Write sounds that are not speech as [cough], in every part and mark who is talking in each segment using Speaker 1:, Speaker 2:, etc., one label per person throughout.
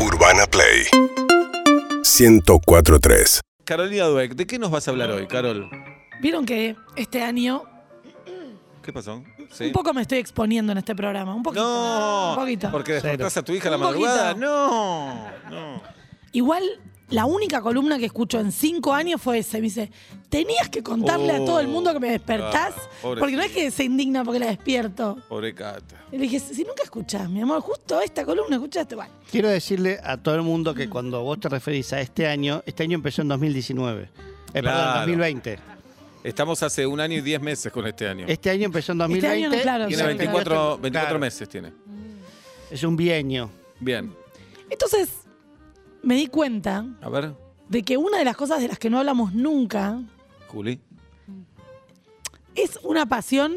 Speaker 1: Urbana Play 1043
Speaker 2: Carolina Dueck, ¿de qué nos vas a hablar hoy, Carol?
Speaker 3: Vieron que este año
Speaker 2: ¿Qué pasó? Sí.
Speaker 3: un poco me estoy exponiendo en este programa, un poquito.
Speaker 2: no,
Speaker 3: un poquito.
Speaker 2: porque despertás a tu hija a la
Speaker 3: Un poquito.
Speaker 2: madrugada. No, no.
Speaker 3: Igual la única columna que escucho en cinco años fue esa. Me dice, tenías que contarle a todo el mundo que me despertás,
Speaker 2: Ah, pobrecita.
Speaker 3: porque no es que se indigna porque la despierto.
Speaker 2: Pobre Cata.
Speaker 3: Y le dije, si nunca escuchás, mi amor, justo esta columna escuchaste, bueno.
Speaker 4: Quiero decirle a todo el mundo que cuando vos te referís a este año, este año empezó en 2019. Eh,
Speaker 2: Claro.
Speaker 4: Perdón, 2020.
Speaker 2: Estamos hace un año y diez meses con este año.
Speaker 4: Este año empezó en
Speaker 3: Este
Speaker 4: 2020.
Speaker 3: año no, claro,
Speaker 2: Tiene
Speaker 3: sí.
Speaker 2: 24, 24
Speaker 4: Claro,
Speaker 2: meses, tiene.
Speaker 4: Es un bienio.
Speaker 2: Bien,
Speaker 3: Entonces me di cuenta
Speaker 2: a ver,
Speaker 3: de que una de las cosas de las que no hablamos nunca
Speaker 2: Juli.
Speaker 3: es una pasión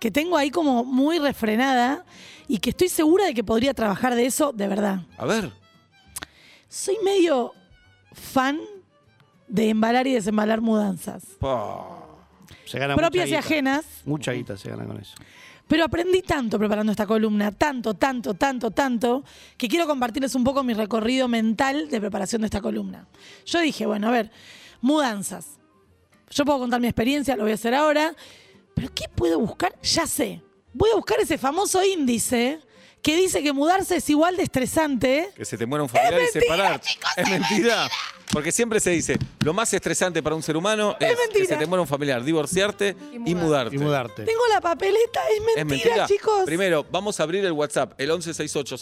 Speaker 3: que tengo ahí como muy refrenada y que estoy segura de que podría trabajar de eso de verdad.
Speaker 2: A ver,
Speaker 3: Soy medio fan de embalar y desembalar mudanzas,
Speaker 2: pa.
Speaker 4: Se gana
Speaker 3: propias y
Speaker 4: mucha guita.
Speaker 3: ajenas,
Speaker 4: Mucha guita se gana con eso.
Speaker 3: pero aprendí tanto preparando esta columna, tanto, tanto, tanto, tanto, que quiero compartirles un poco mi recorrido mental de preparación de esta columna. Yo dije, bueno, a ver, mudanzas. Yo puedo contar mi experiencia, lo voy a hacer ahora, pero ¿qué puedo buscar? Ya sé. Voy a buscar ese famoso índice que dice que mudarse es igual de estresante.
Speaker 2: que se te muera un familiar y separar. es mentira. Porque siempre se dice, lo más estresante para un ser humano es, que
Speaker 3: mentira.
Speaker 2: se te muera un familiar, divorciarte y mudarte.
Speaker 4: Y mudarte.
Speaker 3: Tengo la papeleta, es mentira,
Speaker 2: Es mentira,
Speaker 3: chicos.
Speaker 2: Primero, vamos a abrir el WhatsApp, el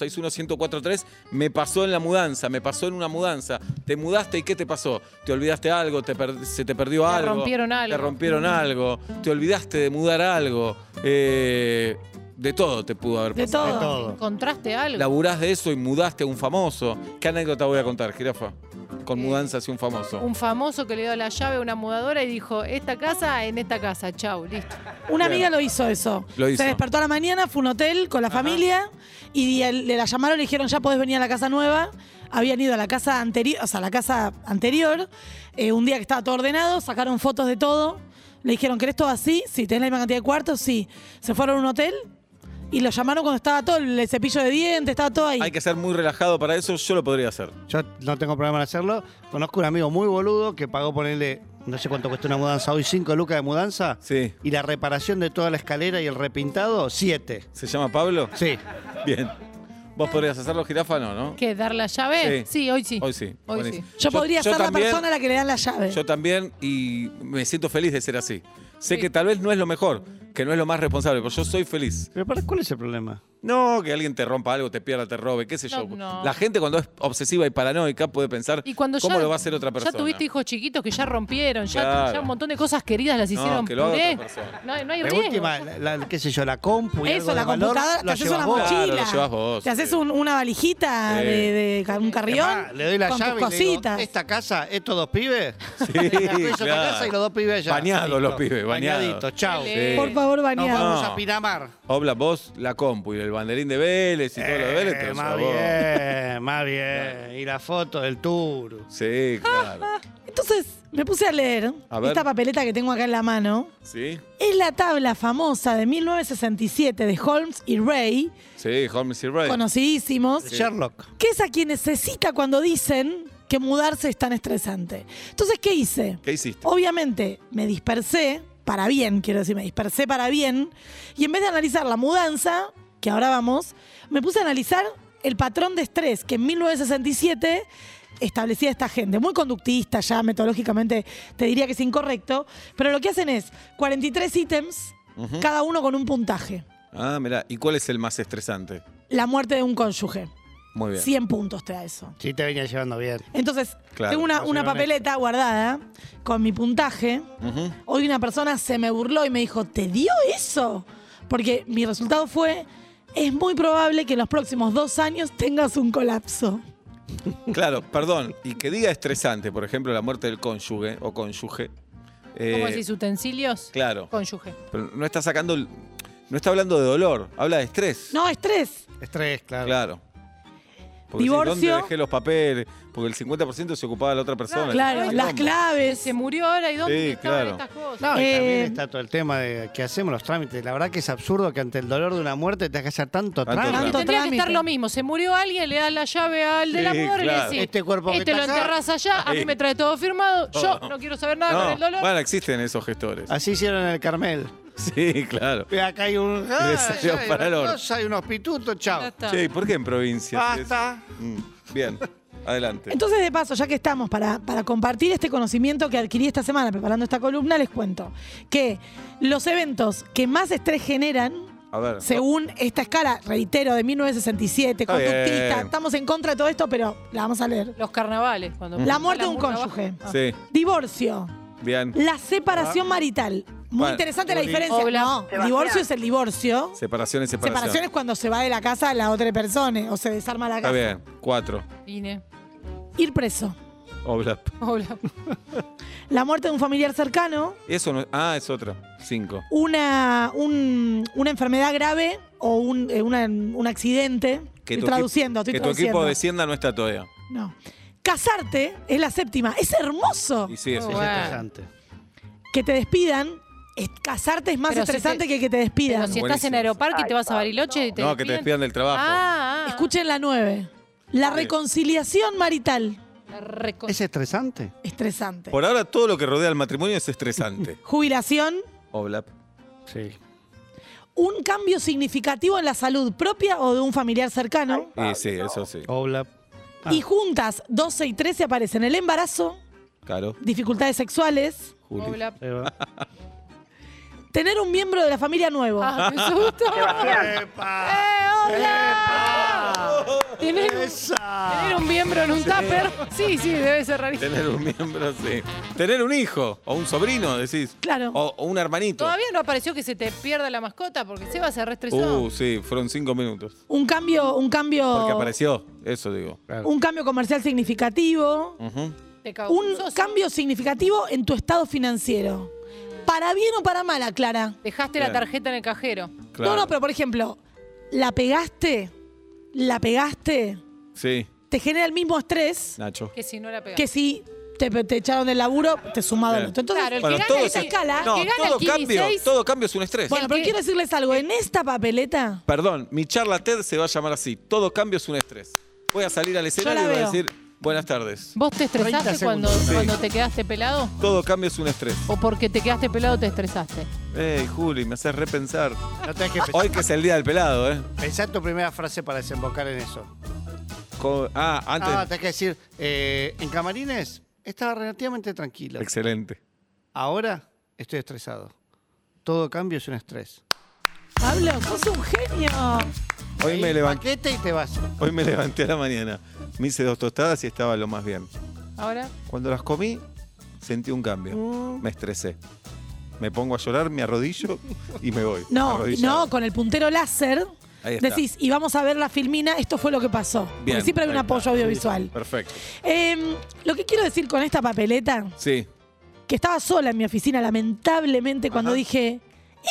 Speaker 2: 1168-61143. Me pasó en la mudanza, me pasó en una mudanza. Te mudaste y ¿qué te pasó? ¿Te olvidaste algo? ¿Te per- ¿Se te perdió algo?
Speaker 5: rompieron algo.
Speaker 2: ¿Te rompieron algo? ¿Te olvidaste de mudar algo? Eh, de todo te pudo haber
Speaker 3: de
Speaker 2: pasado.
Speaker 3: todo.
Speaker 4: De todo.
Speaker 5: ¿Encontraste algo?
Speaker 2: Laburás de eso y mudaste a un famoso. ¿Qué anécdota voy a contar, jirafa? Con
Speaker 5: Eh,
Speaker 2: mudanza hacia un famoso.
Speaker 5: Un famoso que le dio la llave a una mudadora y dijo, esta casa en esta casa, chau, listo.
Speaker 3: Una
Speaker 2: Bien.
Speaker 3: amiga lo hizo eso.
Speaker 2: Lo hizo.
Speaker 3: Se despertó a la mañana, fue a un hotel con la familia y el- le la llamaron y le dijeron, ya podés venir a la casa nueva. Habían ido a la casa anterior, o sea, a la casa anterior, eh, un día que estaba todo ordenado, sacaron fotos de todo. Le dijeron, ¿querés todo así? Sí, ¿tenés la misma cantidad de cuartos? Sí. Se fueron a un hotel y lo llamaron cuando estaba todo el cepillo de dientes, estaba todo ahí.
Speaker 2: Hay que ser muy relajado para eso, yo lo podría hacer.
Speaker 4: Yo no tengo problema en hacerlo. Conozco un amigo muy boludo que pagó ponerle, no sé cuánto cuesta una mudanza, hoy 5 lucas de mudanza.
Speaker 2: Sí.
Speaker 4: Y la reparación de toda la escalera y el repintado, 7.
Speaker 2: ¿Se llama
Speaker 5: [laughs]
Speaker 2: Pablo?
Speaker 4: Sí.
Speaker 2: Bien. ¿Vos podrías hacerlo, jirafa? No, ¿no?
Speaker 5: ¿Qué, dar la llave?
Speaker 2: Sí.
Speaker 5: Sí, hoy sí.
Speaker 2: Hoy sí.
Speaker 5: Hoy
Speaker 2: buenísimo.
Speaker 5: sí.
Speaker 3: Yo, podría ser
Speaker 2: también-
Speaker 3: la persona a la que le dan la llave.
Speaker 2: Yo también y me siento feliz de ser así. Sé que tal vez no es lo mejor, que no es lo más responsable, pero yo soy feliz.
Speaker 4: Pero para, ¿cuál es el problema?
Speaker 2: No, que alguien te rompa algo, te pierda, te robe, qué sé yo.
Speaker 5: No, no.
Speaker 2: La gente cuando es obsesiva y paranoica puede pensar
Speaker 5: Y cuando
Speaker 2: cómo
Speaker 5: ya,
Speaker 2: lo va a hacer otra persona.
Speaker 5: Ya tuviste hijos chiquitos que ya rompieron, ya,
Speaker 2: Claro.
Speaker 5: ya un montón de cosas queridas las
Speaker 2: No,
Speaker 5: hicieron
Speaker 2: que lo haga otra
Speaker 5: puré.
Speaker 2: persona.
Speaker 5: No, hay- no hay
Speaker 4: La
Speaker 5: riesgo.
Speaker 4: última, la, la- qué sé yo, la compu. y
Speaker 3: Eso,
Speaker 4: algo
Speaker 3: la
Speaker 4: de valor,
Speaker 3: computadora, te
Speaker 4: lo
Speaker 3: haces
Speaker 4: llevas
Speaker 3: una
Speaker 4: vos.
Speaker 2: Claro,
Speaker 3: mochila.
Speaker 2: lo llevas vos,
Speaker 3: te haces
Speaker 2: sí.
Speaker 3: un- una valijita
Speaker 2: Sí.
Speaker 3: de, de un
Speaker 4: Es
Speaker 3: carrión.
Speaker 4: más, le doy la
Speaker 3: con tus
Speaker 4: llave y le digo,
Speaker 3: cositas.
Speaker 4: esta casa, estos dos [laughs] pibes.
Speaker 5: [laughs]
Speaker 2: Sí,
Speaker 4: Yo esta
Speaker 2: claro.
Speaker 4: casa y los dos pibes allá.
Speaker 2: Bañados los pibes, bañados.
Speaker 4: Bañaditos, chao.
Speaker 5: Sí.
Speaker 3: Por favor,
Speaker 4: Nos
Speaker 3: bañado.
Speaker 4: vamos
Speaker 2: No.
Speaker 4: a Pinamar.
Speaker 2: Obla, vos la compu y el banderín de Vélez y todo lo de Vélez. te
Speaker 4: Eh,
Speaker 2: lo
Speaker 4: más
Speaker 2: llevas vos.
Speaker 4: bien, más bien. Y la foto del tour.
Speaker 2: Sí, claro.
Speaker 5: [laughs]
Speaker 3: Entonces me puse a leer
Speaker 2: A ver.
Speaker 3: esta papeleta que tengo acá en la mano.
Speaker 2: ¿Sí?
Speaker 3: Es la tabla famosa de 1967 de Holmes y Ray,
Speaker 2: Sí, Holmes y Ray.
Speaker 3: conocidísimos,
Speaker 4: Sherlock.
Speaker 3: que es a quienes se cita cuando dicen que mudarse es tan estresante. Entonces, ¿qué hice?
Speaker 2: ¿Qué hiciste?
Speaker 3: Obviamente me dispersé, para bien, quiero decir, me dispersé para bien, y en vez de analizar la mudanza, que ahora vamos, me puse a analizar el patrón de estrés que en 1967 establecía esta gente, muy conductista ya, metodológicamente te diría que es incorrecto, pero lo que hacen es 43 ítems,
Speaker 2: Ujú.
Speaker 3: cada uno con un puntaje.
Speaker 2: Ah, mirá. ¿Y cuál es el más estresante?
Speaker 3: La muerte de un cónyuge,
Speaker 2: Muy bien.
Speaker 3: 100 puntos te da eso.
Speaker 4: Sí, te venía llevando bien.
Speaker 3: Entonces,
Speaker 2: Claro,
Speaker 3: tengo una,
Speaker 4: no se
Speaker 3: una
Speaker 4: lo negues.
Speaker 3: papeleta guardada con mi puntaje.
Speaker 2: Ujú.
Speaker 3: Hoy una persona se me burló y me dijo, ¿te dio eso? Porque mi resultado fue, es muy probable que en los próximos dos años tengas un colapso.
Speaker 2: Claro, perdón. Y que diga estresante, por ejemplo, la muerte del cónyuge o cónyuge. eh,
Speaker 5: ¿Cómo decís? ¿Utensilios?
Speaker 2: Claro.
Speaker 5: Cónyuge.
Speaker 2: Pero no está sacando. el- No está hablando de dolor, habla de estrés.
Speaker 3: No, estrés.
Speaker 4: Estrés, claro.
Speaker 2: Claro. Porque decís,
Speaker 3: Divorcio.
Speaker 2: ¿Dónde dejé los papeles? Porque el 50% se ocupaba de la otra persona.
Speaker 3: Claro,
Speaker 2: Qué
Speaker 3: las
Speaker 2: quilombo.
Speaker 3: claves.
Speaker 5: Se murió ahora y dónde
Speaker 2: Sí,
Speaker 5: estaban
Speaker 2: claro.
Speaker 5: estas cosas.
Speaker 4: No, y
Speaker 3: Eh,
Speaker 4: también está todo el tema de que hacemos los trámites. La verdad que es absurdo que ante el dolor de una muerte tengas que hacer tanto,
Speaker 2: Tanto
Speaker 4: trámite.
Speaker 5: Porque
Speaker 3: Tanto
Speaker 5: tendría que estar
Speaker 3: trámite.
Speaker 5: lo mismo. Se murió alguien, le das la llave al de la
Speaker 2: Sí,
Speaker 5: mudadora
Speaker 2: claro.
Speaker 5: y le decís,
Speaker 4: Este cuerpo que
Speaker 5: este
Speaker 4: está
Speaker 5: lo
Speaker 4: acá".
Speaker 5: enterrás allá, a mí
Speaker 2: Sí.
Speaker 5: me trae todo firmado, yo
Speaker 2: Todo.
Speaker 5: no quiero saber nada con el dolor.
Speaker 2: Bueno, existen esos gestores.
Speaker 4: Así hicieron en el Carmel.
Speaker 2: Sí, claro.
Speaker 4: Ve, Acá [laughs] hay un.
Speaker 2: Le salió
Speaker 4: hay
Speaker 2: para el
Speaker 4: una
Speaker 2: orto.
Speaker 4: cosa, hay unos pitutos,
Speaker 5: Ya
Speaker 4: chao.
Speaker 5: está.
Speaker 2: Che, ¿y ¿por qué en provincia?
Speaker 4: Basta.
Speaker 2: Mm, Bien, adelante.
Speaker 3: Entonces, de paso, ya que estamos para, para compartir este conocimiento que adquirí esta semana preparando esta columna, les cuento que los eventos que más estrés generan,
Speaker 2: A ver.
Speaker 3: según esta escala, reitero, de 1967,
Speaker 2: Está
Speaker 3: conductista,
Speaker 2: bien.
Speaker 3: estamos en contra de todo esto, pero la vamos a leer.
Speaker 5: Los carnavales. Cuando
Speaker 3: La muerte de un
Speaker 5: murga
Speaker 3: cónyuge.
Speaker 5: baja.
Speaker 2: Sí,
Speaker 3: Divorcio,
Speaker 2: bien.
Speaker 3: la separación marital. Muy
Speaker 2: Bueno,
Speaker 3: interesante la
Speaker 2: Juli.
Speaker 3: diferencia.
Speaker 5: Hola.
Speaker 3: No,
Speaker 1: Sebastián.
Speaker 3: divorcio es el divorcio.
Speaker 2: Separación es separación.
Speaker 3: Separación es cuando se va de la casa la otra persona o se desarma la
Speaker 2: Está
Speaker 3: casa.
Speaker 2: bien. Cuatro.
Speaker 5: Ine.
Speaker 3: Ir preso.
Speaker 2: Oblap.
Speaker 5: [laughs] Hola.
Speaker 3: La muerte de un familiar cercano.
Speaker 2: Eso no. Ah, es otro. Cinco.
Speaker 3: una, un- una enfermedad grave o un, eh, una- un accidente. estoy
Speaker 2: tu
Speaker 3: traduciendo,
Speaker 2: equipo-
Speaker 3: estoy
Speaker 2: Que tu
Speaker 3: traduciendo.
Speaker 2: equipo descienda no está todavía.
Speaker 3: No. Casarte es la séptima. Es hermoso
Speaker 2: Y sí, es
Speaker 5: Oh,
Speaker 4: Es
Speaker 5: bueno.
Speaker 4: estresante.
Speaker 3: que te despidan. Es- casarte es más
Speaker 5: Pero si
Speaker 3: estresante
Speaker 5: te-
Speaker 3: que que te
Speaker 5: Pero
Speaker 3: despidan.
Speaker 5: si estás en
Speaker 2: Buenísimo.
Speaker 5: Aeroparque y
Speaker 1: Ay,
Speaker 5: te vas a
Speaker 1: Pablo,
Speaker 5: Bariloche y te
Speaker 2: No, que te despidan del trabajo.
Speaker 5: Ah, ah.
Speaker 3: Escuchen la nueve. La
Speaker 2: Sí.
Speaker 3: reconciliación marital.
Speaker 5: La reco-
Speaker 4: ¿Es estresante?
Speaker 3: Estresante.
Speaker 2: Por ahora todo lo que rodea al matrimonio es estresante.
Speaker 3: Jubilación.
Speaker 2: Oblap.
Speaker 4: Sí.
Speaker 3: Un cambio significativo en la salud propia o de un familiar cercano.
Speaker 2: Y sí, eso sí.
Speaker 4: Obla. Ah.
Speaker 3: Y juntas 12 y 13 aparecen el embarazo,
Speaker 2: Claro,
Speaker 3: dificultades sexuales,
Speaker 2: Juli.
Speaker 5: Hola.
Speaker 4: Ahí va.
Speaker 3: Tener un miembro de la familia nuevo.
Speaker 5: Ah, me asustó.
Speaker 1: Sebastián,
Speaker 4: ¡Epa!
Speaker 5: ¡Eh, hola! Tener un-
Speaker 4: ¡Esa!
Speaker 5: tener un miembro en un tupper. Sí, sí, debe ser rarísimo.
Speaker 2: Tener un miembro, sí. Tener un hijo o un sobrino, decís.
Speaker 3: Claro.
Speaker 2: O, o un hermanito.
Speaker 5: Todavía no apareció que se te pierda la mascota porque Seba se reestresó.
Speaker 2: Uh, sí, fueron cinco minutos.
Speaker 3: Un cambio, un
Speaker 2: Porque
Speaker 5: Oh.
Speaker 3: cambio.
Speaker 2: apareció, eso digo.
Speaker 3: Un cambio comercial significativo.
Speaker 2: Ujú.
Speaker 5: te cagó
Speaker 3: Un
Speaker 5: socio.
Speaker 3: cambio significativo en tu estado financiero. Para bien o para mala, Clara.
Speaker 5: Dejaste la
Speaker 2: Claro.
Speaker 5: tarjeta en el cajero.
Speaker 2: Claro.
Speaker 3: No, no, pero por ejemplo, la pegaste, la pegaste,
Speaker 2: Sí,
Speaker 3: te genera el mismo estrés
Speaker 2: Nacho.
Speaker 5: Que si no la pegaste.
Speaker 3: que si te, te echaron del laburo, te sumado al
Speaker 2: Bien.
Speaker 3: otro. Entonces,
Speaker 5: Claro, el que gana
Speaker 2: todo
Speaker 5: esa
Speaker 2: es-
Speaker 5: escala,
Speaker 2: no,
Speaker 5: el que gana
Speaker 2: todo
Speaker 5: el
Speaker 2: cambio,
Speaker 5: 16.
Speaker 2: todo cambio es un estrés.
Speaker 3: bueno,
Speaker 5: el
Speaker 3: pero
Speaker 5: que-
Speaker 3: quiero decirles algo. En esta papeleta,
Speaker 2: Perdón, mi charla TED se va a llamar así. Todo cambio es un estrés. Voy a salir al escenario y
Speaker 3: la
Speaker 2: voy a
Speaker 3: veo.
Speaker 2: decir, buenas tardes.
Speaker 5: ¿Vos te
Speaker 4: 30
Speaker 5: estresaste cuando,
Speaker 4: segundos.
Speaker 2: Sí.
Speaker 5: cuando te quedaste pelado?
Speaker 2: Todo cambio es un estrés.
Speaker 5: ¿O porque te quedaste pelado te estresaste?
Speaker 2: Ey, Juli, me haces repensar.
Speaker 4: No tenés que pensar.
Speaker 2: Hoy que es el día del pelado, ¿eh?
Speaker 4: Pensá tu primera frase para desembocar en eso.
Speaker 2: Co- ah, antes.
Speaker 4: Ah, tenés que decir, eh, en Camarines estaba relativamente tranquilo.
Speaker 2: Excelente.
Speaker 4: Ahora estoy estresado. Todo cambio es un estrés.
Speaker 3: Pablo, sos un genio.
Speaker 2: Hoy me,
Speaker 4: Ahí,
Speaker 2: levan-
Speaker 4: Paquete y te vas.
Speaker 2: Hoy me levanté a la mañana. Me hice dos tostadas y estaba lo más bien.
Speaker 5: Ahora,
Speaker 2: Cuando las comí, sentí un cambio.
Speaker 3: Mm.
Speaker 2: Me estresé. Me pongo a llorar, me arrodillo y me voy.
Speaker 3: No,
Speaker 2: Arrodillado.
Speaker 3: no, con el puntero láser.
Speaker 2: Ahí está.
Speaker 3: Decís, y vamos a ver la filmina, esto fue lo que pasó.
Speaker 2: Bien,
Speaker 3: Porque siempre hay un
Speaker 2: ahí está.
Speaker 3: apoyo audiovisual.
Speaker 2: Perfecto.
Speaker 3: Em, lo que quiero decir con esta papeleta,
Speaker 2: Sí.
Speaker 3: que estaba sola en mi oficina, lamentablemente, cuando
Speaker 2: Ajá.
Speaker 3: dije,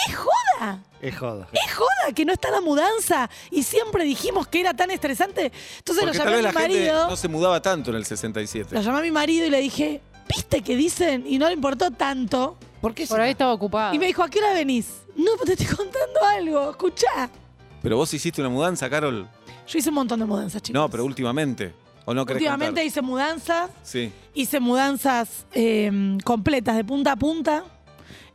Speaker 3: ¡es joda!
Speaker 4: Es joda.
Speaker 3: ¡Es joda que no está la mudanza! Y siempre dijimos que era tan estresante. Entonces
Speaker 2: Porque
Speaker 3: lo
Speaker 2: tal
Speaker 3: llamé
Speaker 2: vez
Speaker 3: a mi
Speaker 2: la gente
Speaker 3: marido.
Speaker 2: no se mudaba tanto en el
Speaker 3: Lo
Speaker 2: 67.
Speaker 3: llamé a mi marido y le dije, ¿viste que dicen? Y no le importó tanto.
Speaker 4: ¿Por qué
Speaker 5: por
Speaker 4: será?
Speaker 5: ahí estaba ocupado.
Speaker 3: Y me dijo, ¿a qué hora venís? No, pero te estoy contando algo, escuchá.
Speaker 2: Pero vos hiciste una mudanza, Carol.
Speaker 3: Yo hice un montón de mudanzas, chicos.
Speaker 2: No, pero últimamente. ¿O no querés
Speaker 3: Últimamente
Speaker 2: contar?
Speaker 3: hice mudanzas,
Speaker 2: Sí.
Speaker 3: hice mudanzas eh, completas de punta a punta.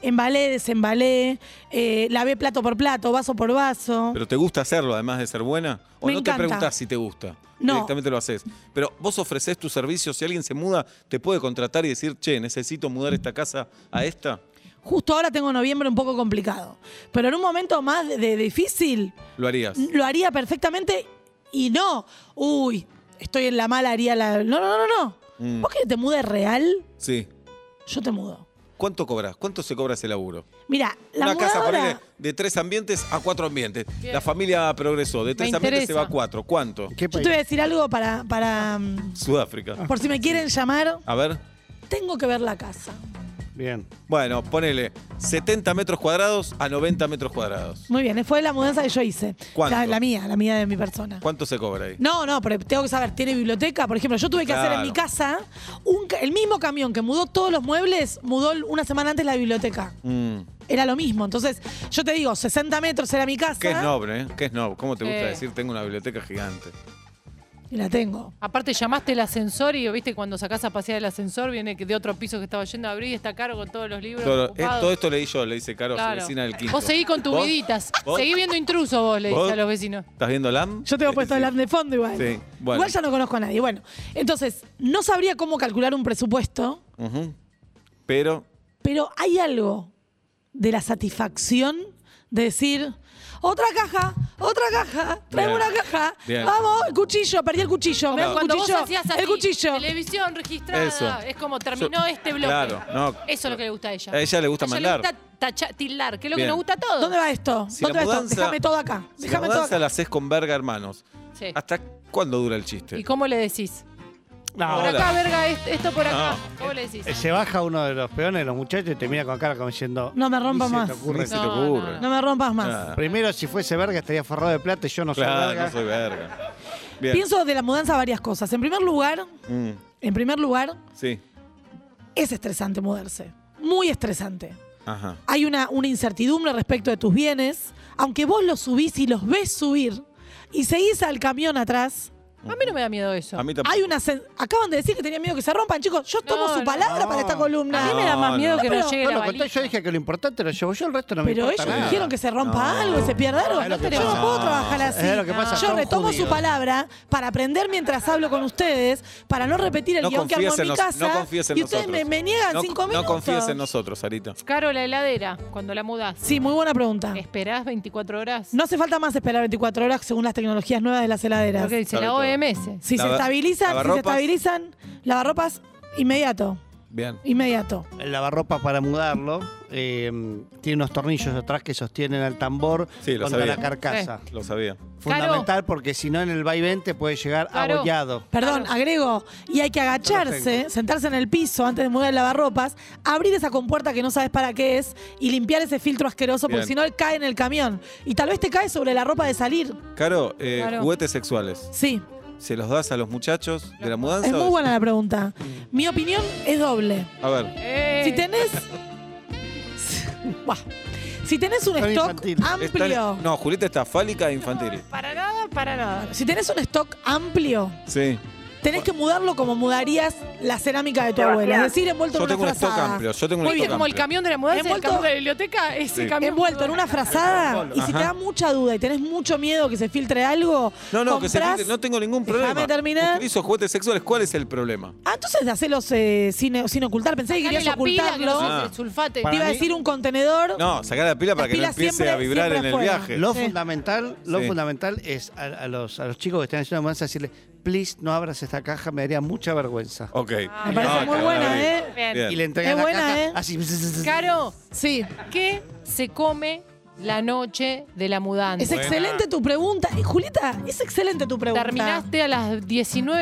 Speaker 3: Embalé, desembalé, eh, lavé plato por plato, vaso por vaso.
Speaker 2: Pero te gusta hacerlo, además de ser buena. O
Speaker 3: Me
Speaker 2: no
Speaker 3: encanta.
Speaker 2: te preguntás si te gusta.
Speaker 3: No.
Speaker 2: Directamente lo haces. Pero vos ofreces tus servicios. Si alguien se muda, te puede contratar y decir, che, necesito mudar esta casa a esta.
Speaker 3: Justo ahora tengo noviembre un poco complicado. Pero en un momento más de, de difícil,
Speaker 2: Lo harías.
Speaker 3: lo haría perfectamente y no. Uy, estoy en la mala, haría la. No, no, no, no.
Speaker 2: Mm.
Speaker 3: Vos que te mude real,
Speaker 2: Sí.
Speaker 3: yo te mudo.
Speaker 2: ¿Cuánto cobras? ¿Cuánto se cobra ese laburo?
Speaker 3: Mira, la
Speaker 2: Una casa
Speaker 3: mudadora-
Speaker 2: ponele, de tres ambientes a cuatro ambientes.
Speaker 5: Bien.
Speaker 2: La familia progresó. De tres ambientes se
Speaker 5: interesa.
Speaker 2: va a cuatro. ¿Cuánto?
Speaker 4: ¿Qué
Speaker 3: Yo
Speaker 4: país?
Speaker 3: te voy a decir algo para. para mm,
Speaker 2: Sudáfrica.
Speaker 3: por si me quieren llamar,
Speaker 2: A ver.
Speaker 3: tengo que ver la casa.
Speaker 4: Bien.
Speaker 2: Bueno, ponele 70 metros cuadrados a 90 metros cuadrados.
Speaker 3: Muy bien, fue la mudanza que yo hice.
Speaker 2: ¿Cuánto?
Speaker 3: La, la mía, la mía de mi persona.
Speaker 2: ¿Cuánto se cobra ahí?
Speaker 3: No, no, pero tengo que saber, ¿tiene biblioteca? Por ejemplo, yo tuve que hacer en
Speaker 2: Claro.
Speaker 3: mi casa un ca- el mismo camión que mudó todos los muebles, mudó una semana antes la biblioteca.
Speaker 2: Mm,
Speaker 3: Era lo mismo. Entonces, yo te digo, 60 metros era mi casa.
Speaker 2: Qué snob, ¿eh? Qué snob. ¿Cómo te gusta
Speaker 5: Sí.
Speaker 2: decir tengo una biblioteca gigante?
Speaker 3: Y la tengo.
Speaker 5: Aparte llamaste el ascensor y viste cuando sacás a pasear el ascensor viene que de otro piso que estaba yendo a abrir y está caro con todos los libros.
Speaker 2: Todo, eh,
Speaker 5: ocupados.
Speaker 2: todo esto leí yo, le dice Caro, a
Speaker 5: Claro.
Speaker 2: su vecina del quinto.
Speaker 5: Vos seguís con tus
Speaker 2: ¿Vos?
Speaker 5: viditas.
Speaker 2: ¿Vos?
Speaker 5: Seguí viendo intruso vos, le
Speaker 2: ¿Vos?
Speaker 5: dices a los vecinos.
Speaker 2: ¿Estás viendo LAM?
Speaker 3: Yo tengo
Speaker 2: Sí,
Speaker 3: puesto
Speaker 2: Eh, sí.
Speaker 3: el app de fondo igual.
Speaker 2: Sí, bueno.
Speaker 3: Igual ya no conozco a nadie. Bueno, entonces, no sabría cómo calcular un presupuesto,
Speaker 2: Ujú. Pero,
Speaker 3: pero hay algo de la satisfacción de decir, otra caja, otra caja, traeme
Speaker 2: Bien,
Speaker 3: una caja,
Speaker 2: bien.
Speaker 3: vamos, el cuchillo, perdí el cuchillo, me
Speaker 5: Como
Speaker 3: das el
Speaker 5: cuando
Speaker 3: cuchillo,
Speaker 5: vos hacías así,
Speaker 3: el cuchillo.
Speaker 5: televisión registrada,
Speaker 2: Eso.
Speaker 5: es como terminó
Speaker 2: Yo-
Speaker 5: este bloque.
Speaker 2: claro, no.
Speaker 5: Eso es lo que le gusta a ella.
Speaker 2: A ella le gusta
Speaker 5: A ella
Speaker 2: mandar.
Speaker 5: Le gusta tacha- tildar, que es lo
Speaker 2: Bien.
Speaker 5: que nos gusta a todos.
Speaker 3: ¿Dónde va esto?
Speaker 2: Si
Speaker 3: ¿Dónde
Speaker 2: la
Speaker 3: va
Speaker 2: mudanza-
Speaker 3: esto? Déjame todo acá,
Speaker 2: si la
Speaker 3: déjame todo
Speaker 2: mudanza
Speaker 3: acá.
Speaker 2: la haces con verga, hermanos.
Speaker 5: Sí.
Speaker 2: ¿Hasta cuándo dura el chiste?
Speaker 5: ¿Y cómo le decís?
Speaker 4: No,
Speaker 5: Por
Speaker 2: Ah, Hola.
Speaker 5: acá, verga, est- esto por acá.
Speaker 2: No.
Speaker 5: ¿Cómo le decís?
Speaker 4: eh, se baja uno de los peones, los muchachos, y te mira con cara como diciendo.
Speaker 3: No me rompa
Speaker 4: "Ni se te
Speaker 3: más.
Speaker 4: ocurre".
Speaker 2: Ni se te
Speaker 5: No,
Speaker 2: ocurre.
Speaker 5: no,
Speaker 3: No me rompas más.
Speaker 2: Nada.
Speaker 4: Ah. Primero, si fuese verga, estaría forrado de plata y yo no soy
Speaker 2: Claro,
Speaker 4: verga.
Speaker 2: no soy verga. Bien.
Speaker 3: Pienso de la mudanza varias cosas. En primer lugar,
Speaker 2: Mm,
Speaker 3: en primer lugar,
Speaker 2: sí.
Speaker 3: es estresante mudarse. Muy estresante.
Speaker 2: Ajá.
Speaker 3: Hay una, una incertidumbre respecto de tus bienes. Aunque vos los subís y los ves subir y seguís al camión atrás,
Speaker 5: A mí no me da miedo eso.
Speaker 2: A mí tampoco.
Speaker 3: hay una sen- Acaban de decir que tenían miedo que se rompan, chicos. Yo tomo
Speaker 5: No,
Speaker 3: su
Speaker 5: no.
Speaker 3: palabra para esta columna.
Speaker 5: A mí me da más
Speaker 2: No,
Speaker 5: miedo
Speaker 2: no.
Speaker 5: que
Speaker 3: Pero-
Speaker 5: nos llegue
Speaker 4: No
Speaker 5: la
Speaker 4: lo conté,
Speaker 5: valija.
Speaker 4: yo dije que lo importante lo llevo yo, el resto no me
Speaker 3: Pero
Speaker 4: importa
Speaker 3: ellos
Speaker 4: nada.
Speaker 3: dijeron que se rompa
Speaker 2: No.
Speaker 3: algo, que se pierda algo.
Speaker 4: Es lo que
Speaker 3: yo no
Speaker 4: pasa.
Speaker 3: puedo trabajar así.
Speaker 4: Es lo que pasa,
Speaker 3: yo
Speaker 4: son
Speaker 3: retomo
Speaker 4: judíos.
Speaker 3: su palabra para aprender mientras hablo con ustedes, para no repetir el
Speaker 2: No
Speaker 3: guión que armó
Speaker 2: confíes
Speaker 3: en
Speaker 2: en
Speaker 3: mi
Speaker 2: nos-
Speaker 3: casa.
Speaker 2: no confíes en
Speaker 3: y ustedes me,
Speaker 2: nosotros.
Speaker 3: me niegan
Speaker 2: No,
Speaker 3: cinco
Speaker 2: no
Speaker 3: minutos.
Speaker 2: confíes en nosotros, Sarita.
Speaker 5: Caro la heladera, cuando la mudás.
Speaker 3: Sí, muy buena pregunta.
Speaker 5: ¿Esperás 24 horas?
Speaker 3: No hace falta más esperar 24 horas según las tecnologías nuevas de las heladeras.
Speaker 5: Lo que dice
Speaker 2: Sabe
Speaker 5: la
Speaker 2: todo.
Speaker 5: OMS.
Speaker 3: Si se
Speaker 2: Lava-
Speaker 3: estabilizan, si se
Speaker 2: lavarropas.
Speaker 3: estabilizan, lavarropas, inmediato,
Speaker 2: Bien.
Speaker 3: inmediato.
Speaker 4: El lavarropas para mudarlo eh, tiene unos tornillos atrás que sostienen al tambor
Speaker 2: Sí, lo
Speaker 4: contra
Speaker 2: sabía.
Speaker 4: la carcasa.
Speaker 2: Lo sabía.
Speaker 4: Fundamental porque si no en el vaivén te puede llegar
Speaker 5: Claro.
Speaker 4: abollado.
Speaker 3: Perdón, agrego, y hay que agacharse, sentarse en el piso antes de mover el lavarropas, abrir esa compuerta que no sabes para qué es y limpiar ese filtro asqueroso porque
Speaker 2: Bien.
Speaker 3: si no él cae en el camión. Y tal vez te cae sobre la ropa de salir.
Speaker 2: Caro, eh,
Speaker 5: Claro.
Speaker 2: juguetes sexuales.
Speaker 3: Sí,
Speaker 2: ¿Se los das a los muchachos de la mudanza?
Speaker 3: es
Speaker 2: o-
Speaker 3: muy buena la pregunta. Mi opinión es doble.
Speaker 2: A ver,
Speaker 5: Eh,
Speaker 2: [laughs]
Speaker 3: Si tenés. Buah. si tenés un
Speaker 4: Tan
Speaker 3: stock
Speaker 4: infantil.
Speaker 2: está-
Speaker 3: amplio. Ah.
Speaker 2: no, Julieta está fálica e infantil.
Speaker 5: Para nada, para nada.
Speaker 3: Si tenés un stock amplio,
Speaker 2: Sí.
Speaker 3: tenés que mudarlo como mudarías la cerámica de tu abuela. Es decir, envuelto
Speaker 2: Yo
Speaker 3: en
Speaker 2: tengo
Speaker 3: una
Speaker 2: un stock
Speaker 3: frazada.
Speaker 2: amplio. Yo tengo un
Speaker 3: Muy
Speaker 5: Viste
Speaker 2: stock
Speaker 3: bien,
Speaker 5: como el
Speaker 2: amplio.
Speaker 5: camión de la mudanza, el
Speaker 3: Envuelto-
Speaker 5: camión de la biblioteca, ese
Speaker 2: Sí.
Speaker 5: camión.
Speaker 3: Envuelto en una frazada y si te
Speaker 2: Ajá.
Speaker 3: da mucha duda y tenés mucho miedo que se filtre algo,
Speaker 2: No, no, que se
Speaker 3: comprás-
Speaker 2: filtre, no tengo ningún
Speaker 3: Déjame
Speaker 2: problema.
Speaker 3: terminar.
Speaker 2: Utilizo juguetes sexuales, ¿cuál es el problema?
Speaker 3: Ah, entonces hacelos eh, sin, sin ocultar. Pensé que
Speaker 5: Sacale
Speaker 3: querías
Speaker 5: la pila, que no
Speaker 3: ocultarlo.
Speaker 5: se
Speaker 2: Ah.
Speaker 5: el sulfate.
Speaker 3: Te iba a
Speaker 4: mí-
Speaker 3: decir un contenedor.
Speaker 2: No, sacar la pila para
Speaker 3: La
Speaker 2: que
Speaker 3: pila
Speaker 2: no empiece
Speaker 3: siempre-
Speaker 2: a vibrar en
Speaker 3: siempre
Speaker 2: el
Speaker 3: afuera.
Speaker 2: viaje.
Speaker 4: Lo
Speaker 3: Sí.
Speaker 4: fundamental, lo
Speaker 2: Sí.
Speaker 4: fundamental es a, a los, a los chicos que están haciendo mudanza decirles, please no abras esta caja, me daría mucha vergüenza.
Speaker 2: Ok.
Speaker 3: Ah, Me parece
Speaker 2: No,
Speaker 3: muy
Speaker 2: te van a abrir.
Speaker 3: buena, ¿eh?
Speaker 5: Bien.
Speaker 2: Bien.
Speaker 4: Y le entregan
Speaker 3: Es
Speaker 4: la
Speaker 3: buena,
Speaker 4: caja
Speaker 3: ¿eh?
Speaker 4: así. [laughs]
Speaker 5: Caro,
Speaker 3: Sí.
Speaker 5: ¿qué se come la noche de la
Speaker 3: Es
Speaker 5: mudanza?
Speaker 3: excelente tu pregunta. Eh, Julieta, es excelente tu pregunta.
Speaker 5: Terminaste a las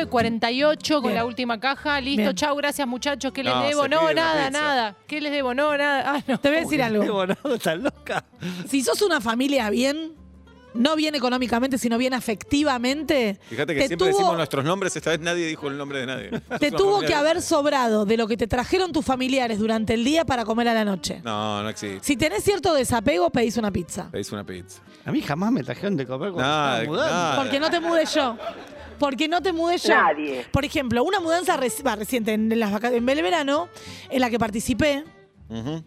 Speaker 5: 19.48 con
Speaker 3: Bien.
Speaker 5: la última caja. Listo,
Speaker 3: Bien.
Speaker 5: chau, gracias muchachos. ¿Qué les
Speaker 2: No,
Speaker 5: debo?
Speaker 2: se
Speaker 5: No,
Speaker 2: pide una
Speaker 5: nada,
Speaker 2: pizza.
Speaker 5: nada. ¿Qué les debo? No, nada. Ah, no.
Speaker 3: Te voy a decir algo.
Speaker 4: Bonado, estás loca.
Speaker 3: Si sos una familia bien, no bien económicamente, sino bien afectivamente,
Speaker 2: Fíjate que
Speaker 3: te
Speaker 2: siempre
Speaker 3: tuvo-
Speaker 2: decimos nuestros nombres, esta vez nadie dijo el nombre de nadie.
Speaker 3: te
Speaker 2: Somos
Speaker 3: tuvo que
Speaker 2: familiares.
Speaker 3: haber sobrado de lo que te trajeron tus familiares durante el día para comer a la noche.
Speaker 2: No, no existe.
Speaker 3: Si tenés cierto desapego, pedís una pizza.
Speaker 2: Pedís una pizza.
Speaker 4: A mí jamás me trajeron de comer cuando
Speaker 2: Nada,
Speaker 4: estaba mudando.
Speaker 2: nada.
Speaker 3: Porque no te mudé yo. Porque no te mudé yo.
Speaker 1: Nadie.
Speaker 3: Por ejemplo, una mudanza reci- va, reciente en, las vaca- en el verano, en la que participé,
Speaker 2: Ujú.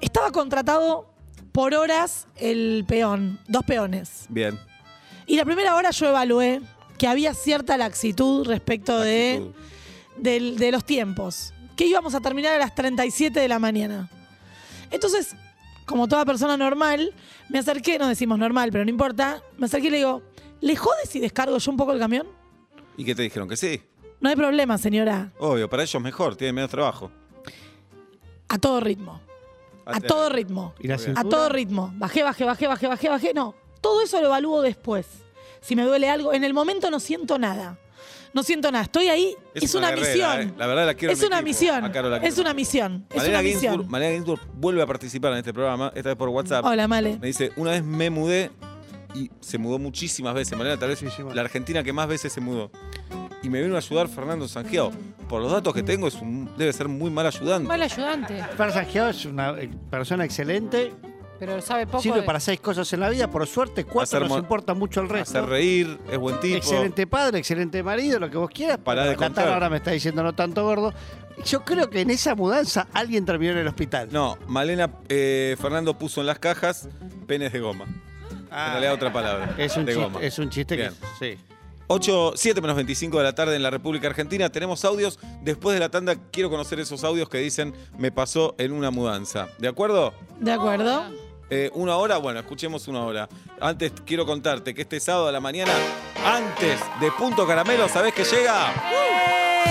Speaker 3: estaba contratado por horas el peón, dos peones.
Speaker 2: Bien.
Speaker 3: Y la primera hora yo evalué que había cierta laxitud respecto de...
Speaker 2: Actitud.
Speaker 3: del- de los tiempos. Que íbamos a terminar a las 37 de la mañana. Entonces, como toda persona normal, me acerqué, no decimos normal, pero no importa, me acerqué y le digo, ¿le jode si descargo yo un poco el camión?
Speaker 2: ¿Y qué te dijeron? Que sí.
Speaker 3: No hay problema, señora,
Speaker 2: Obvio, para ellos mejor, tienen menos trabajo.
Speaker 3: a todo ritmo, a
Speaker 2: Hasta-
Speaker 3: todo ritmo,
Speaker 4: Y la
Speaker 2: A
Speaker 3: a
Speaker 4: cintura,
Speaker 3: todo ritmo. Bajé, bajé, bajé, bajé, bajé, bajé, no. Todo eso lo evalúo después. si me duele algo. En el momento no siento nada. No siento nada. Estoy ahí. Es, una,
Speaker 2: guerrera,
Speaker 3: misión.
Speaker 2: eh. La verdad la quiero. en
Speaker 3: Es
Speaker 2: mi
Speaker 3: una
Speaker 2: equipo.
Speaker 3: misión.
Speaker 2: A Caro la
Speaker 3: Es
Speaker 2: quiero.
Speaker 3: una misión. Es
Speaker 2: Malena
Speaker 3: una
Speaker 2: Ginsburg,
Speaker 3: misión.
Speaker 2: Malena Ginsburg vuelve a participar en este programa, esta vez por WhatsApp.
Speaker 3: Hola, Male.
Speaker 2: Me dice, una vez me mudé y se mudó muchísimas veces. Malena, tal vez
Speaker 4: Sí, sí, bueno.
Speaker 2: la Argentina que más veces se mudó. Y me vino a ayudar Fernando Sangiao. Por los datos que tengo, es un- debe ser muy mal ayudante.
Speaker 5: Mal ayudante,
Speaker 4: Fernando Sangiao es una eh, persona excelente,
Speaker 5: pero sabe poco.
Speaker 4: sirve
Speaker 5: de-
Speaker 4: para seis cosas en la vida, por suerte
Speaker 2: Hacer
Speaker 4: cuatro nos
Speaker 2: mo-
Speaker 4: importa mucho el resto.
Speaker 2: Hacer reír, es buen tipo.
Speaker 4: Excelente padre, excelente marido, lo que vos quieras.
Speaker 2: Pará de
Speaker 4: La
Speaker 2: contar.
Speaker 4: Tara ahora me está diciendo no tanto gordo. Yo creo que en esa mudanza alguien terminó en el hospital.
Speaker 2: No, Malena eh, Fernando puso en las cajas penes de goma.
Speaker 4: Ah,
Speaker 2: en realidad otra palabra.
Speaker 4: es un
Speaker 2: de
Speaker 4: chiste,
Speaker 2: goma.
Speaker 4: es un chiste que
Speaker 2: Bien.
Speaker 4: sí.
Speaker 2: 8, 7 menos 25 de la tarde en la República Argentina. Tenemos audios. Después de la tanda quiero conocer esos audios que dicen me pasó en una mudanza. ¿De acuerdo?
Speaker 3: ¿De acuerdo?
Speaker 2: Eh, una hora, bueno, escuchemos una hora. Antes quiero contarte que este sábado a la mañana, antes de Punto Caramelo, ¿sabés que llega?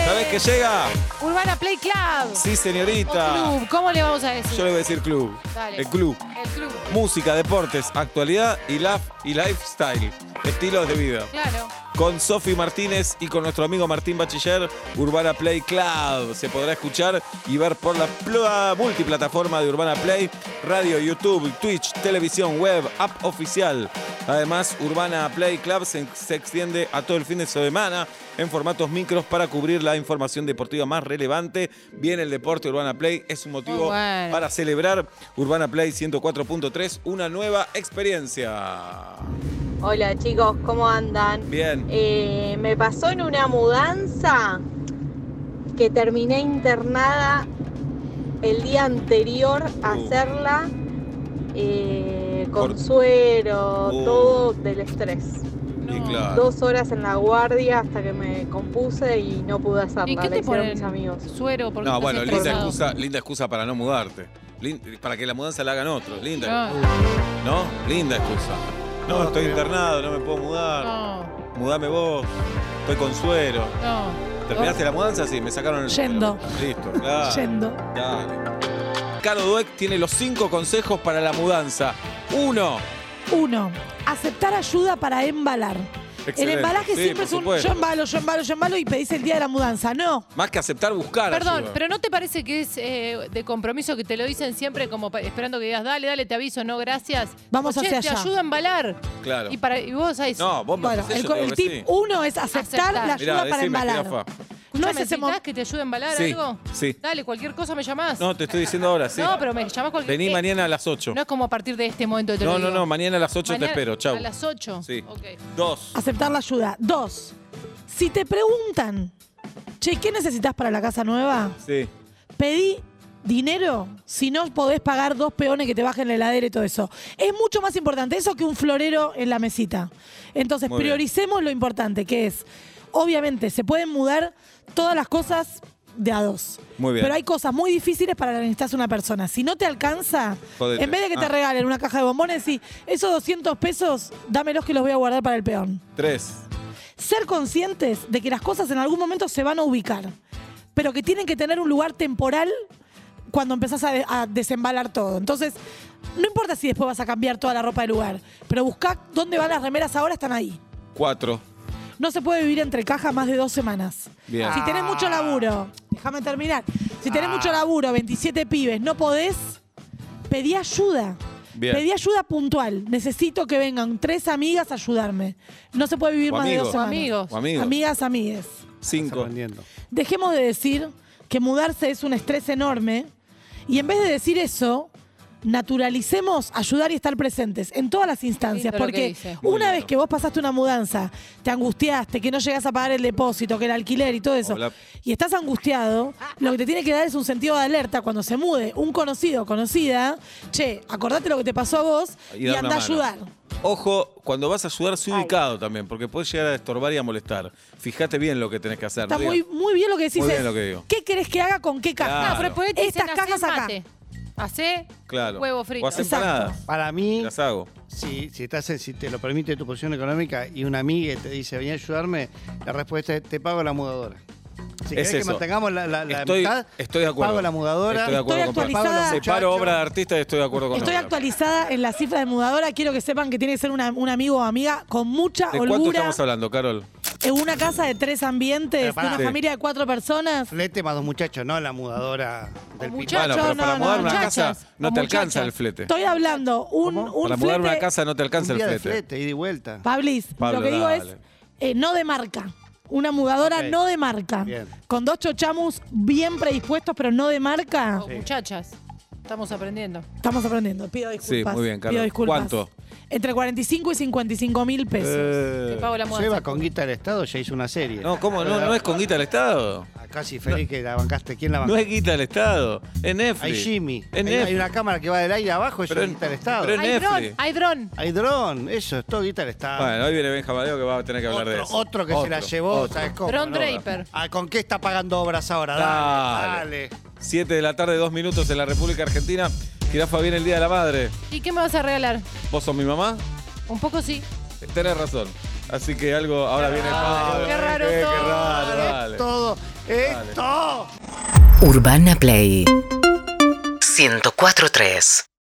Speaker 2: ¿Sabés que llega?
Speaker 5: Urbana Play Club.
Speaker 2: Sí,
Speaker 5: O
Speaker 2: señorita.
Speaker 5: club, ¿cómo le vamos a decir?
Speaker 2: Yo le voy a decir club.
Speaker 5: Dale.
Speaker 2: El club.
Speaker 5: El club,
Speaker 2: Música, deportes, actualidad y, laf- y lifestyle. Estilos de vida.
Speaker 5: claro.
Speaker 2: Con Sofi Martínez y con nuestro amigo Martín Bachiller, Urbana Play Club. Se podrá escuchar y ver por la pl- multiplataforma de Urbana Play, radio, YouTube, Twitch, televisión, web, app oficial. Además, Urbana Play Club se, se extiende a todo el fin de semana en formatos micros para cubrir la información deportiva más relevante. Viene el deporte Urbana Play, es un motivo
Speaker 5: Muy Oh, bueno.
Speaker 2: para celebrar Urbana Play 104.3, una nueva experiencia.
Speaker 1: Hola chicos, ¿cómo andan?
Speaker 2: Bien.
Speaker 1: Eh, me pasó en una mudanza que terminé internada el día anterior a
Speaker 2: Uh.
Speaker 1: hacerla eh, con
Speaker 2: Por-
Speaker 1: suero,
Speaker 2: Uh. Ah.
Speaker 1: todo del estrés.
Speaker 2: Y
Speaker 5: No.
Speaker 2: claro.
Speaker 1: Dos horas en la guardia hasta que me compuse y no pude hacerla.
Speaker 5: ¿Y qué
Speaker 1: la
Speaker 5: te
Speaker 1: hicieron mis
Speaker 5: ponen?
Speaker 1: amigos.
Speaker 5: Suero, porque
Speaker 2: No,
Speaker 5: estás
Speaker 2: bueno, linda
Speaker 5: estresado.
Speaker 2: excusa, linda excusa para no mudarte. Lin- para que la mudanza la hagan otros. Linda,
Speaker 5: No,
Speaker 2: ¿no? Linda excusa. No,
Speaker 4: No,
Speaker 2: estoy
Speaker 4: pero-
Speaker 2: internado, no me puedo mudar.
Speaker 5: no,
Speaker 2: Mudame vos. Estoy con suero.
Speaker 5: no.
Speaker 2: ¿Terminaste la mudanza? Sí, me sacaron el
Speaker 3: Oh. Yendo.
Speaker 2: suero. Listo, claro.
Speaker 3: Yendo.
Speaker 2: Dale. Caro Dueck tiene los cinco consejos para la mudanza. Uno.
Speaker 3: Uno, aceptar ayuda para embalar.
Speaker 2: Excelente.
Speaker 3: El embalaje
Speaker 2: Sí,
Speaker 3: siempre
Speaker 2: por
Speaker 3: es un
Speaker 2: supuesto.
Speaker 3: yo embalo, yo embalo, yo embalo y pedís el día de la mudanza. No.
Speaker 2: Más que aceptar, buscar.
Speaker 5: Perdón,
Speaker 2: ayuda.
Speaker 5: pero ¿no te parece que es eh, de compromiso que te lo dicen siempre como pa- esperando que digas, dale, dale, te aviso, no, gracias?
Speaker 3: Vamos
Speaker 5: Che,
Speaker 3: hacia
Speaker 5: te
Speaker 3: allá.
Speaker 5: ayuda a embalar.
Speaker 2: Claro.
Speaker 5: Y, para, y vos ahí...
Speaker 2: No, vos me
Speaker 3: Bueno,
Speaker 2: ofrecés, yo
Speaker 3: el, co-
Speaker 2: te digo
Speaker 3: el
Speaker 2: que
Speaker 3: tip
Speaker 2: sí.
Speaker 3: uno es aceptar,
Speaker 5: Aceptar.
Speaker 3: la
Speaker 2: Mirá,
Speaker 3: ayuda para
Speaker 2: decime,
Speaker 3: embalar.
Speaker 2: jirafa.
Speaker 3: No es ese
Speaker 5: ¿Necesitas
Speaker 3: momento.
Speaker 5: que te ayude a embalar
Speaker 2: Sí,
Speaker 5: algo?
Speaker 2: sí.
Speaker 5: Dale, cualquier cosa me llamás.
Speaker 2: No, te estoy diciendo ahora, sí.
Speaker 5: No, pero me llamás cualquier
Speaker 2: Vení
Speaker 5: eh,
Speaker 2: mañana a las 8.
Speaker 5: No es como a partir de este momento de
Speaker 2: No, no, no, mañana a las 8 te espero. Chau.
Speaker 5: A las 8.
Speaker 2: Sí.
Speaker 5: Ok.
Speaker 2: Dos.
Speaker 3: Aceptar la ayuda. Dos, si te preguntan, che, ¿qué necesitas para la casa nueva?
Speaker 2: Sí.
Speaker 3: Pedí dinero si no podés pagar dos peones que te bajen la heladera y todo eso. Es mucho más importante eso que un florero en la mesita. Entonces,
Speaker 2: Muy bien.
Speaker 3: prioricemos lo importante, que es, obviamente, se pueden mudar todas las cosas de a dos.
Speaker 2: Muy bien.
Speaker 3: Pero hay cosas muy difíciles para las que necesitas una persona. Si no te alcanza,
Speaker 2: Jodete.
Speaker 3: en vez de que
Speaker 2: Ah.
Speaker 3: te regalen una caja de bombones, y esos 200 pesos, dámelos que los voy a guardar para el peón
Speaker 2: Tres.
Speaker 3: ser conscientes de que las cosas en algún momento se van a ubicar, pero que tienen que tener un lugar temporal cuando empezás a, de- a desembalar todo. Entonces, no importa si después vas a cambiar toda la ropa de lugar, pero buscá dónde van las remeras ahora, están ahí.
Speaker 2: Cuatro.
Speaker 3: No se puede vivir entre cajas más de dos semanas.
Speaker 2: Bien.
Speaker 3: Si tenés mucho laburo, déjame terminar. Si
Speaker 2: Ah.
Speaker 3: tenés mucho laburo, 27 pibes, no podés, pedí ayuda.
Speaker 2: Bien.
Speaker 3: Pedí ayuda puntual. Necesito que vengan tres amigas a ayudarme. No se puede vivir
Speaker 2: O
Speaker 3: más de
Speaker 2: amigos.
Speaker 3: dos semanas.
Speaker 5: Amigos.
Speaker 2: O amigos.
Speaker 3: Amigas, amigues.
Speaker 4: Estás
Speaker 2: Cinco.
Speaker 4: aprendiendo.
Speaker 3: Dejemos de decir que mudarse es un estrés enorme y en vez de decir eso, naturalicemos ayudar y estar presentes en todas las instancias.
Speaker 5: Lindo lo que
Speaker 3: porque
Speaker 5: dice.
Speaker 2: Muy
Speaker 3: una
Speaker 2: lindo.
Speaker 3: vez que vos pasaste una mudanza, te angustiaste, que no llegás a pagar el depósito, que el alquiler y todo eso,
Speaker 2: Hola.
Speaker 3: y estás angustiado, lo que te tiene que dar es un sentido de alerta cuando se mude un conocido o conocida, che, acordate lo que te pasó a vos
Speaker 2: Y
Speaker 3: y,
Speaker 2: dar una
Speaker 3: anda a
Speaker 2: mano.
Speaker 3: ayudar.
Speaker 2: Ojo, cuando vas a ayudar, sé ubicado también, porque puedes llegar a estorbar y a molestar. Fíjate bien lo que tenés que hacer.
Speaker 3: Está
Speaker 2: no
Speaker 3: muy,
Speaker 2: digas,
Speaker 3: muy bien lo que decís.
Speaker 2: Muy bien
Speaker 3: es,
Speaker 2: lo que digo.
Speaker 3: ¿Qué querés que haga con qué caja?
Speaker 2: Claro.
Speaker 5: No, pero por ahí te
Speaker 3: Estas
Speaker 5: dicen,
Speaker 3: cajas
Speaker 5: hacé
Speaker 3: acá.
Speaker 5: mate. Hacé
Speaker 2: claro.
Speaker 5: huevo frito.
Speaker 2: O hacen
Speaker 3: Exacto.
Speaker 2: empanadas.
Speaker 4: Para mí,
Speaker 2: Las hago.
Speaker 4: si, si estás en- si te lo permite tu posición económica y una amiga te dice, vení a ayudarme, la respuesta es, te pago la mudadora.
Speaker 2: Es
Speaker 4: Si querés que
Speaker 2: eso.
Speaker 4: mantengamos la, la- la
Speaker 2: Estoy-
Speaker 4: mitad,
Speaker 2: estoy de acuerdo.
Speaker 4: pago la mudadora.
Speaker 2: Estoy de acuerdo
Speaker 3: Estoy
Speaker 2: con Pablo.
Speaker 3: actualizada.
Speaker 4: Pago los
Speaker 2: Separo
Speaker 4: muchachos.
Speaker 2: obra de artista y estoy de acuerdo con
Speaker 3: Ah, Estoy
Speaker 2: Obra.
Speaker 3: actualizada en la cifra de mudadora. Quiero que sepan que tiene que ser una- un amigo o amiga con mucha
Speaker 2: ¿De cuánto
Speaker 3: holgura.
Speaker 2: estamos hablando, Carol?
Speaker 3: En una casa de tres ambientes, de
Speaker 4: Pero pará.
Speaker 3: una
Speaker 2: Sí.
Speaker 3: familia de cuatro personas.
Speaker 4: Flete más dos muchachos, no la mudadora del
Speaker 5: muchachos.
Speaker 2: Bueno, pero
Speaker 3: no,
Speaker 2: para
Speaker 3: no,
Speaker 2: mudar una
Speaker 5: muchachas,
Speaker 2: casa no
Speaker 5: o
Speaker 2: te alcanza
Speaker 5: muchachas.
Speaker 2: el flete.
Speaker 3: Estoy hablando un, un
Speaker 2: Para mudar una
Speaker 3: flete-
Speaker 2: casa no te alcanza
Speaker 4: Un
Speaker 2: el
Speaker 4: día de
Speaker 2: flete.
Speaker 4: flete, ida y vuelta.
Speaker 3: Pablis,
Speaker 2: Pablo,
Speaker 3: lo que digo
Speaker 2: dale.
Speaker 3: es eh, no de marca. Una mudadora
Speaker 4: Ok.
Speaker 3: no de marca.
Speaker 4: Bien.
Speaker 3: Con dos chochamus bien predispuestos, pero no de marca.
Speaker 5: O muchachas. Estamos aprendiendo.
Speaker 3: Estamos aprendiendo. Pido disculpas.
Speaker 2: Sí, muy bien, Carlos.
Speaker 3: Pido disculpas.
Speaker 2: ¿Cuánto?
Speaker 3: Entre 45 y 55 mil pesos.
Speaker 5: Te pago la
Speaker 4: Seba
Speaker 5: mudanza.
Speaker 4: con guita del Estado ya hizo una serie.
Speaker 2: Eh. No, ¿cómo? ¿No,
Speaker 4: ¿Verdad?
Speaker 2: no es con guita del Estado?
Speaker 4: Ah, Casi feliz que la bancaste. ¿Quién la bancó?
Speaker 2: No es guita del Estado. Es Netflix.
Speaker 4: Hay Jimmy.
Speaker 2: Es
Speaker 4: Hay,
Speaker 2: Netflix.
Speaker 4: hay una cámara que va del aire abajo, eso
Speaker 2: Pero
Speaker 4: es
Speaker 2: en-
Speaker 4: guita del Estado.
Speaker 2: pero en-
Speaker 5: Hay
Speaker 2: Netflix.
Speaker 5: dron, hay dron.
Speaker 4: Hay dron, eso es todo guita del Estado.
Speaker 2: Bueno, hoy viene Benjamadeo que va a tener que hablar de
Speaker 4: otro,
Speaker 2: eso.
Speaker 4: otro que se la llevó, ¿sabes cómo?
Speaker 5: Dron
Speaker 4: no?
Speaker 5: Draper.
Speaker 4: Ah, ¿Con qué está pagando obras ahora?
Speaker 2: Dale.
Speaker 4: Dale. dale.
Speaker 2: 7 de la tarde, dos minutos en la República Argentina. Jirafa viene el Día de la Madre.
Speaker 5: ¿Y qué me vas a regalar?
Speaker 2: ¿Vos sos mi mamá?
Speaker 5: Un poco sí.
Speaker 2: Tenés razón. Así que algo ahora viene. Pablo.
Speaker 5: qué raro
Speaker 2: Eh, qué
Speaker 5: todo.
Speaker 2: raro, dale.
Speaker 4: Es todo. Es todo.
Speaker 6: Urbana Play 104.3